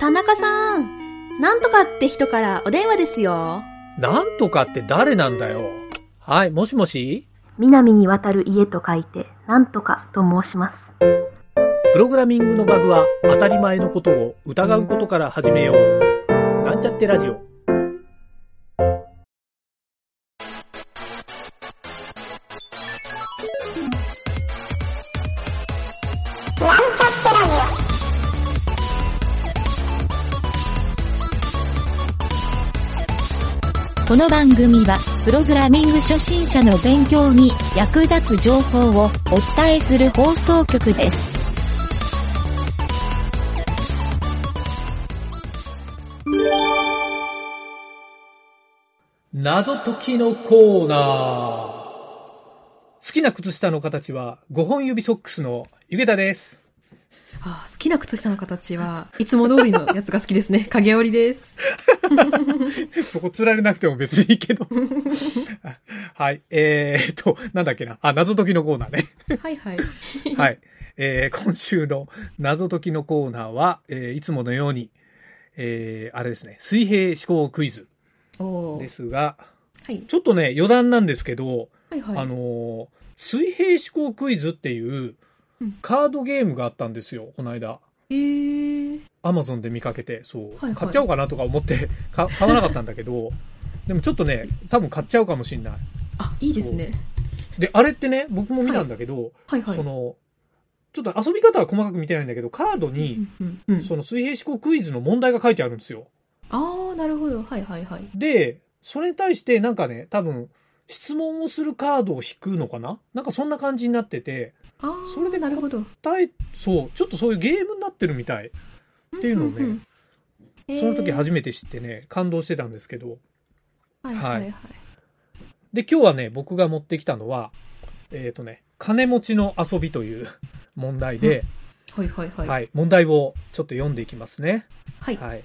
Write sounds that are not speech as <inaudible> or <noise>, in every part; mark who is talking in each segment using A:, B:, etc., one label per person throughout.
A: 田中さん、なんとかって人からお電話ですよ。
B: なんとかって誰なんだよ。はい、もしもし
C: 南に渡る家と書いて、なんとかと申します。
B: プログラミングのバグは当たり前のことを疑うことから始めよう。なんちゃってラジオ。
D: この番組は、プログラミング初心者の勉強に役立つ情報をお伝えする放送局です。
B: 謎解きのコーナー。好きな靴下の形は5本指ソックスのゆげたです。
A: あ好きな靴下の形は、いつも通りのやつが好きで
D: <laughs>
A: すね。影織です。
B: そこ釣られなくても別にいいけど。 <laughs> はい。えーっと、なんだっけな。あ、謎解きのコーナーね。
A: はいはい。
B: <laughs> はい。えー今週の謎解きのコーナーは、えーいつものように、えーあれですね、水平思考クイズ
A: お
B: で
A: ー
B: すが、
A: はい。
B: ちょっとね、余談なんですけど、
A: はいはい。
B: あのー水平思考クイズっていう
A: うん
B: カードゲームがあったんですよ、この間。
A: えー、
B: アマゾンで見かけて、そう、
A: はいはい
B: 買っちゃおうかなとか思って、か買わなかったんだけど、でもちょっとね、多分買っちゃうかもしんない。
A: あ、いいですね。
B: で、あれってね、僕も見たんだけど、
A: はいはい。
B: その、ちょっと遊び方は細かく見てないんだけど、カードに、
A: うんうんうん、
B: その水平思考クイズの問題が書いてあるんですよ。
A: ああ、なるほど。はいはいはい。
B: で、それに対してなんかね、多分、質問をするカードを引くのかななんかそんな感じになってて、
A: ああ、
B: それで
A: なるほど。っ
B: 答え、そう、ちょっとそういうゲームになってるみたい。っていうのをねその時初めて知ってね、感動してたんですけど。
A: めはいはいはい。
B: で、今日はね、僕が持ってきたのは、えっ、とね、金持ちの遊びという <laughs> 問題で、
A: はいはいはい。
B: はい、問題をちょっと読んでいきますね。
A: はい。
B: はい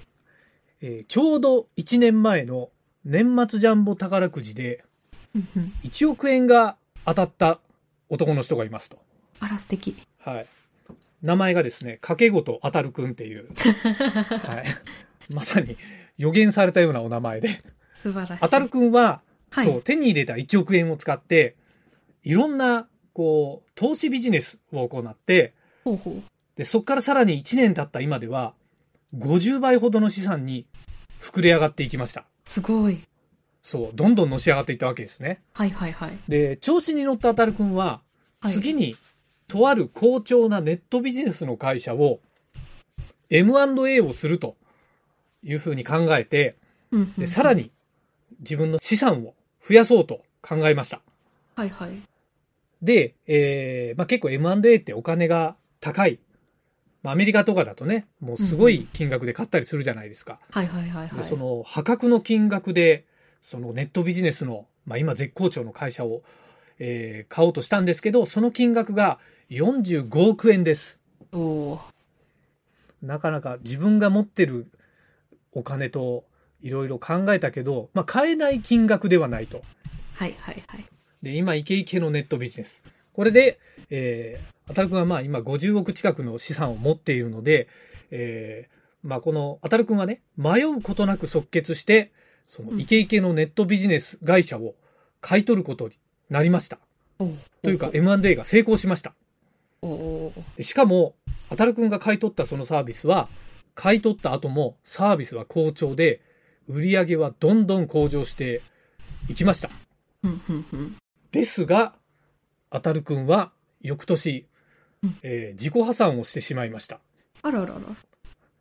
B: えーちょうど1年前の年末ジャンボ宝くじで
A: うんうん
B: 1億円が当たった男の人がいますと。
A: あら、素敵。
B: はい。名前がですね、掛け事当たるくんっていう、はい。まさに予言されたようなお名前で。
A: 素晴らしい。
B: 当たるくんは、
A: はい。
B: そう、手に入れた1億円を使って、いろんな、こう、投資ビジネスを行って、
A: ほうほう。
B: で、そこからさらに1年経った今では、50倍ほどの資産に膨れ上がっていきました。
A: すごい。
B: そう、どんどんのし上がっていったわけですね。
A: はいはいはい。
B: で、調子に乗ったあたるくんは、
A: はい
B: 次に、とある好調なネットビジネスの会社を、M&A をするというふうに考えて、
A: うんう
B: で、
A: ん
B: さらに自分の資産を増やそうと考えました。
A: はいはい。
B: で、えーまあ、結構 M&A ってお金が高い。まあ、アメリカとかだとね、もうすごい金額で買ったりするじゃないですか。
A: はいはいはいは
B: で
A: い。
B: その破格の金額でそのネットビジネスの、まあ、今絶好調の会社を、えー買おうとしたんですけどその金額が45億円です
A: おおー。
B: なかなか自分が持ってるお金といろいろ考えたけど、まあ、買えない金額ではないと
A: はいはいはい。
B: で今イケイケのネットビジネスこれで、えー、アタルくんはまあ今50億近くの資産を持っているので、えーまあ、このアタルくんはね迷うことなく即決してそのイケイケのネットビジネス会社を買い取ることになりました
A: おー
B: というか M&A が成功しました
A: おおー。
B: でしかもアタルくんが買い取ったそのサービスは買い取った後もサービスは好調で売り上げはどんどん向上していきました
A: うんうんうん。
B: ですが、あたるくんは翌年
A: うん、
B: えー自己破産をしてしまいました。
A: あららら。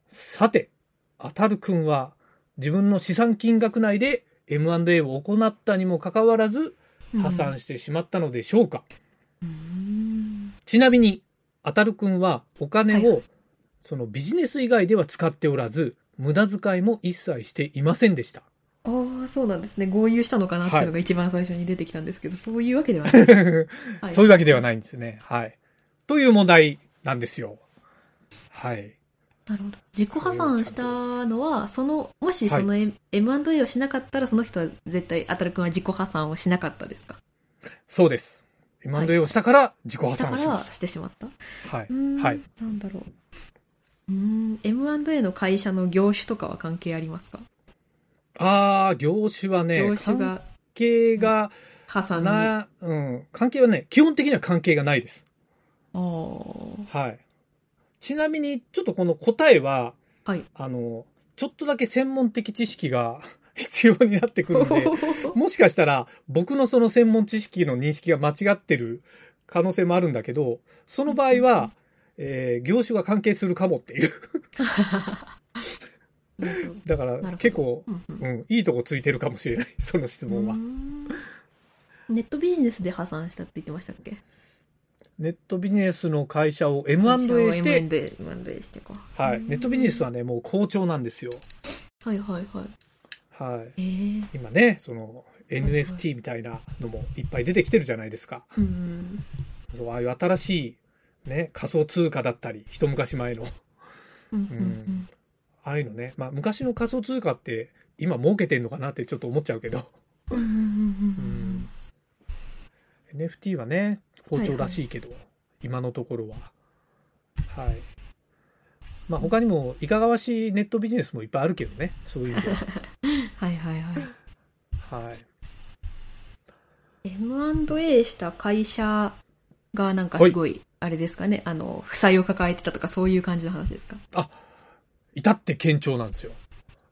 B: さて、あたるくんは自分の資産金額内で M&A を行ったにもかかわらず
A: うん
B: 破産。してしまったのでしょうか、
A: うーん。
B: ちなみに、あたるくんはお金
A: はい
B: を、そのビジネス以外では使っておらず、無駄遣いも一切していませんでした。
A: ああ、そうなんですね。合流したのかなっていうのが一番最初に出てきたんですけど、そういうわけでは
B: <laughs>
A: ない。はい
B: そういうわけではないんですよね。はい。という問題なんですよ。はい。
A: なるほど。自己破産したのは、その、もしその M- M&A をしなかったら、その人は絶対、あたるくんは自己破産をしなかったですか
B: そうです。
A: い
B: M&A をしたから自己破
A: だ
B: 産
A: か
B: をし
A: ら
B: まし
A: してしまった。う
B: た。はい
A: ーん。
B: はい。
A: なんだろう。うーん、M&A の会社の業種とかは関係ありますか
B: ああ、業種はね、
A: 業種
B: 関
A: が
B: 係が
A: 挟んで。あ
B: な、うん、関係はね、基本的には関係がないです。
A: ー
B: はい。ちなみに、ちょっとこの答えは、
A: はい。
B: あの、ちょっとだけ専門的知識が <laughs> 必要になってくるので、もしかしたら僕のその専門知識の認識が間違ってる可能性もあるんだけど、その場
A: うん
B: 合
A: うんうん
B: は、えー業種が関係するかもっていう。
A: <laughs> なるほど
B: だか
A: なるほ
B: ら
A: ど
B: 結構、
A: うんうん
B: うん、いいとこついてるかもしれない、 <laughs> その質問は
A: うー。んネットビジネスで破産したって言ってましたっけ
B: ネットビジネスの会社を M&A し
A: M&A
B: て、
A: M&A してか。
B: はい、ネットビジネス
A: は。
B: はね、もう好調なんですよ。
A: はいはいはい。
B: はい。
A: ええ
B: 今ね、その
A: はい
B: NFT みたいなのもいっぱい出てきてるじゃないですか。
A: うん。
B: そうああいう新しい、ね、仮想通貨だったり、一昔前の、
A: うんうんうん。
B: ああいうのね、まあ、昔の仮想通貨って今儲けてんのかなってちょっと思っちゃうけど、
A: うんうんうんうん。
B: NFT はね、好調らしいけど、今のところは。はい。まあ、他にもいかがわしいネットビジネスもいっぱいあるけどね、そういう意味では。
A: はいはいはい。 <laughs>
B: はい。
A: M&A した会社がなんかすごい、あれですかね、あの、負債を抱えてたとかそういう感じの話ですか
B: あ、至って堅調なんですよ。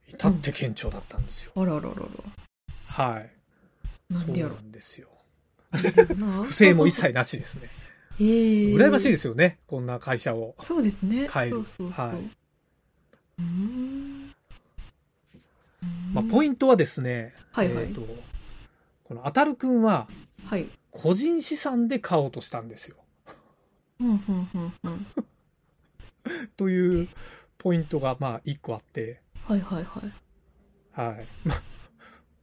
B: 至って堅調だったんですよ。
A: あらあらあらあ
B: はい。
A: ら。なんでや
B: そ
A: ろ
B: うなんですよ。
A: 不
B: 不正も一。切なしですね。
A: <laughs> えー、
B: 羨ましい
A: い。
B: ですよね、こんな会社を。
A: そうですね。
B: 変える
A: そうそうそう。
B: はいう
A: ーん。
B: まあ、ポ
A: イン
B: イントはですね、
A: はいはい
B: えーとこのあたるくんは
A: ト。はい。
B: 個人資産で買おうとしたんですよ。
A: うんうんうんうん。
B: というポイントがまあ1個あって、
A: はいはいはい。
B: はいま <laughs> あ、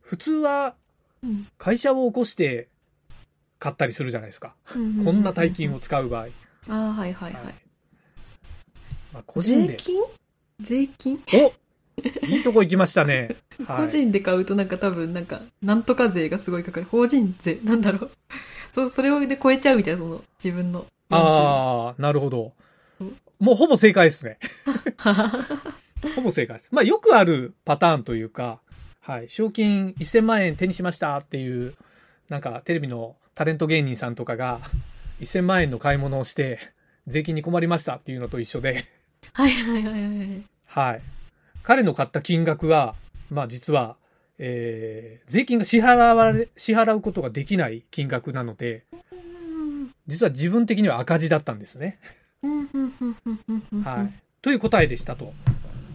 B: 普通は
A: うん
B: 会社を起こして買ったりするじゃないですか、こんな大金を。使う場合、
A: ああ、はいはいはい
B: は。いまあ、個人
A: 税
B: で
A: 金税金、
B: いいとこ行きましたね、は
A: 個
B: い、
A: 人で買うとなんか多分なんか、なんとか税がすごいかかる。法人税 <laughs> なんだろう。そう、それをで超えちゃうみたいな、その、自分の。
B: ああなるほど
A: うん
B: もうほぼ正解ですね
A: あ。
B: ほぼ正解ですまあよくあるパターンというか、はい、賞金1000万円手にしましたっていうなんかテレビのタレント芸人さんとかが1000万円の買い物をして税金に困りましたっていうのと一緒で
A: <laughs> はいはいはいはい。
B: はい。彼の買った金額は、まあ実は、えー税金が支払われ、支払うことができない金額なので、
A: うん
B: 実は自分的には赤字だったんですね。
A: うんうんうんうんうんうん
B: はい。という答えでしたと。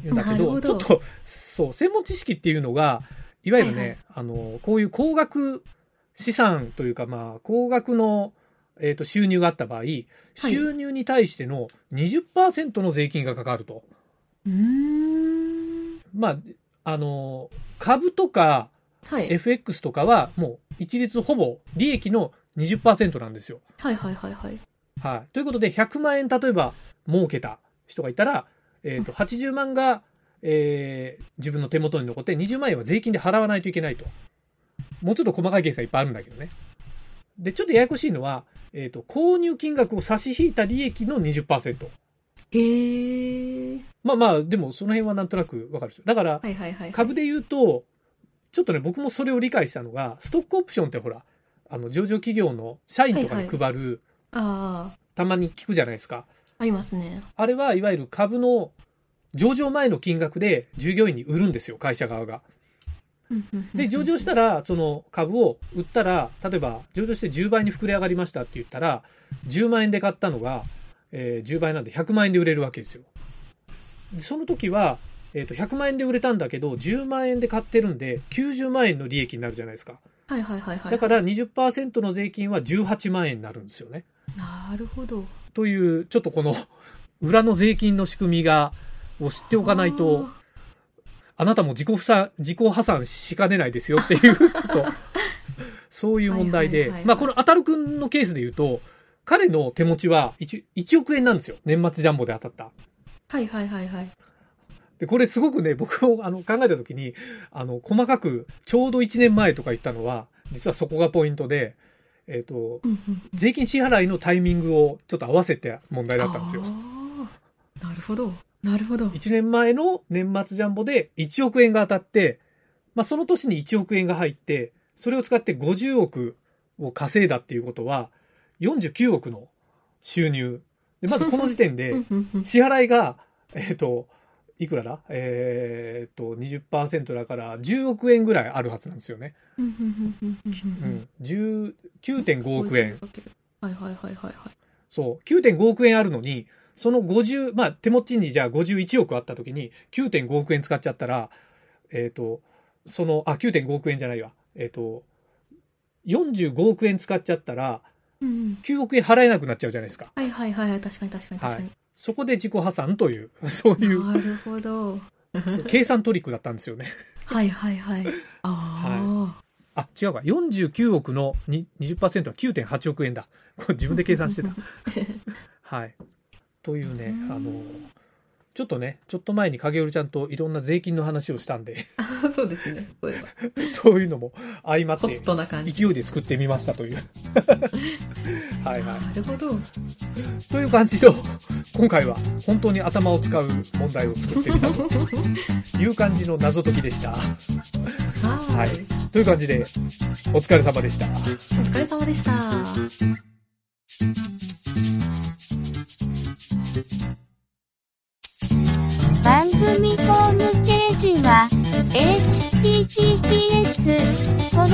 B: 言うんだけ
A: なる
B: ど、
A: ほど
B: ちょっと、そう、専門知識っていうのが、いわゆるね、
A: はいはい
B: あの、こういう高額資産というか、まあ、高額の、えーと、収入があった場合、収入に対しての20%の税金がかかると。
A: うーん。
B: まあ、あの、株とか、
A: はい。
B: FX とかはもう一律ほぼ利益の20%なんですよ。
A: はいはいはいはい。
B: はい。ということで100万円例えば儲けた人がいたら、えーと80万が、えー自分の手元に残って20万円は税金で払わないといけないと。もうちょっと細かい計算いっぱいあるんだけどね。で、ちょっとややこしいのは、えーと購入金額を差し引いた利益の20%。
A: へえ。
B: まあまあ、でもその辺はなんとなくわかるでしょ。だから
A: はいはいはいはい。
B: 株で言うと、ちょっとね、僕もそれを理解したのが、ストックオプションってほら、あの、上場企業の社員とかに
A: はい
B: 配る、
A: あ
B: たまに聞くじゃないですか。
A: あ、ありますね。
B: あれはいわゆる株の上場前の金額で従業員に売るんですよ、会社側が。で、上場したら、その株を売ったら、例えば、上場して10倍に膨れ上がりましたって言ったら、10万円で買ったのが、えー10倍なんで100万円で売れるわけですよ。でその時は、えーと、100万円で売れたんだけど、10万円で買ってるんで、90万円の利益になるじゃないですか。
A: はいはいはいはい。
B: だから20%の税金は18万円になるんですよね。
A: なるほど。
B: という、ちょっとこの裏の税金の仕組みが、を知っておかないと、あなたも自己破産、自己破産しかねないですよっ
A: <laughs>
B: ていう、ちょっと、そういう問題
A: はい
B: で
A: はいはいは、い
B: まあこのあたるくんのケースで言うと、彼の手持ちは 1, 1億円なんですよ。年末ジャンボで当たった。
A: あー。はいはいはいはい。
B: で、これすごくね、僕もあの考えた時に、あの、細かく、ちょうど1年前とか言ったのは、実はそこがポイントで、えっ、と、
A: うんうん
B: 税金支払いのタイミングをちょっと合わせて問題だったんですよ
A: あ。ーなるほど。なるほど。
B: 1年前の年末ジャンボで1億円が当たって、まあ、その年に1億円が入って、それを使って50億を稼いだっていうことは、49億の収入。で、まずこの時点で
A: う、んうんうん
B: 支払いが、えっ、と、いくらだえっ、と、20%だから10億円ぐらいあるはずなんですよね。
A: うんうんうんうん
B: う
A: うん
B: ん。19.5億円。。
A: はいはいはいはいはい。
B: そう、9.5億円あるのに、その50、まあ、手持ちにじゃあ51億あった時に、9.5億円使っちゃったら、えっ、と、その、あ、9.5億円じゃないわ。えっ、と、45億円使っちゃったら、
A: うんうん
B: 9億円払えなくなっちゃうじゃないですか。
A: はいはいはいはい、確かに確かに確かに。
B: そこで自己破産という、そういう
A: なるほど。
B: 計算トリックだったんですよね。
A: はいはい <laughs> はい。ああ。
B: あ、違うか。49億のに20%は9.8億円だ。これ自分で計算してた。はい。というね、あの、ちょっとね、ちょっと前に影織ちゃんといろんな税金の話をしたんで、 <laughs>
A: そうですね。そうい <laughs> えば
B: そういうのも相まっ
A: ホ
B: て
A: ッ、トな感じ。
B: 勢いで作ってみましたという。はいは
A: なるほど。 <laughs>
B: い。という感じの、今回は本当に頭を使う問題を作ってみたという感じの謎解きでした。
A: は
B: はい
A: い。
B: という感じで、お疲れ様でした。
A: お疲れ様でした。
E: 番組ホームページは、https, コロン、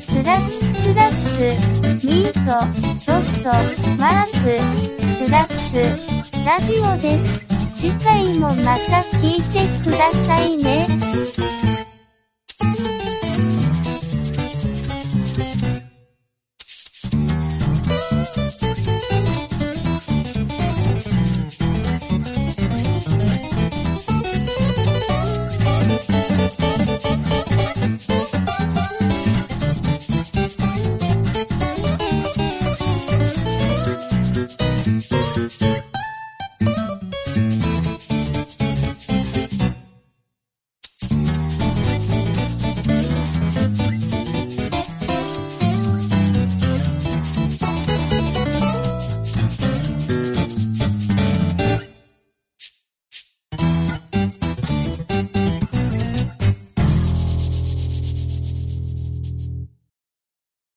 E: スラッシュスラッシュ、ミート、ドット、マーク、スラッシュ、ラジオです。次回もまた聞いてくださいね。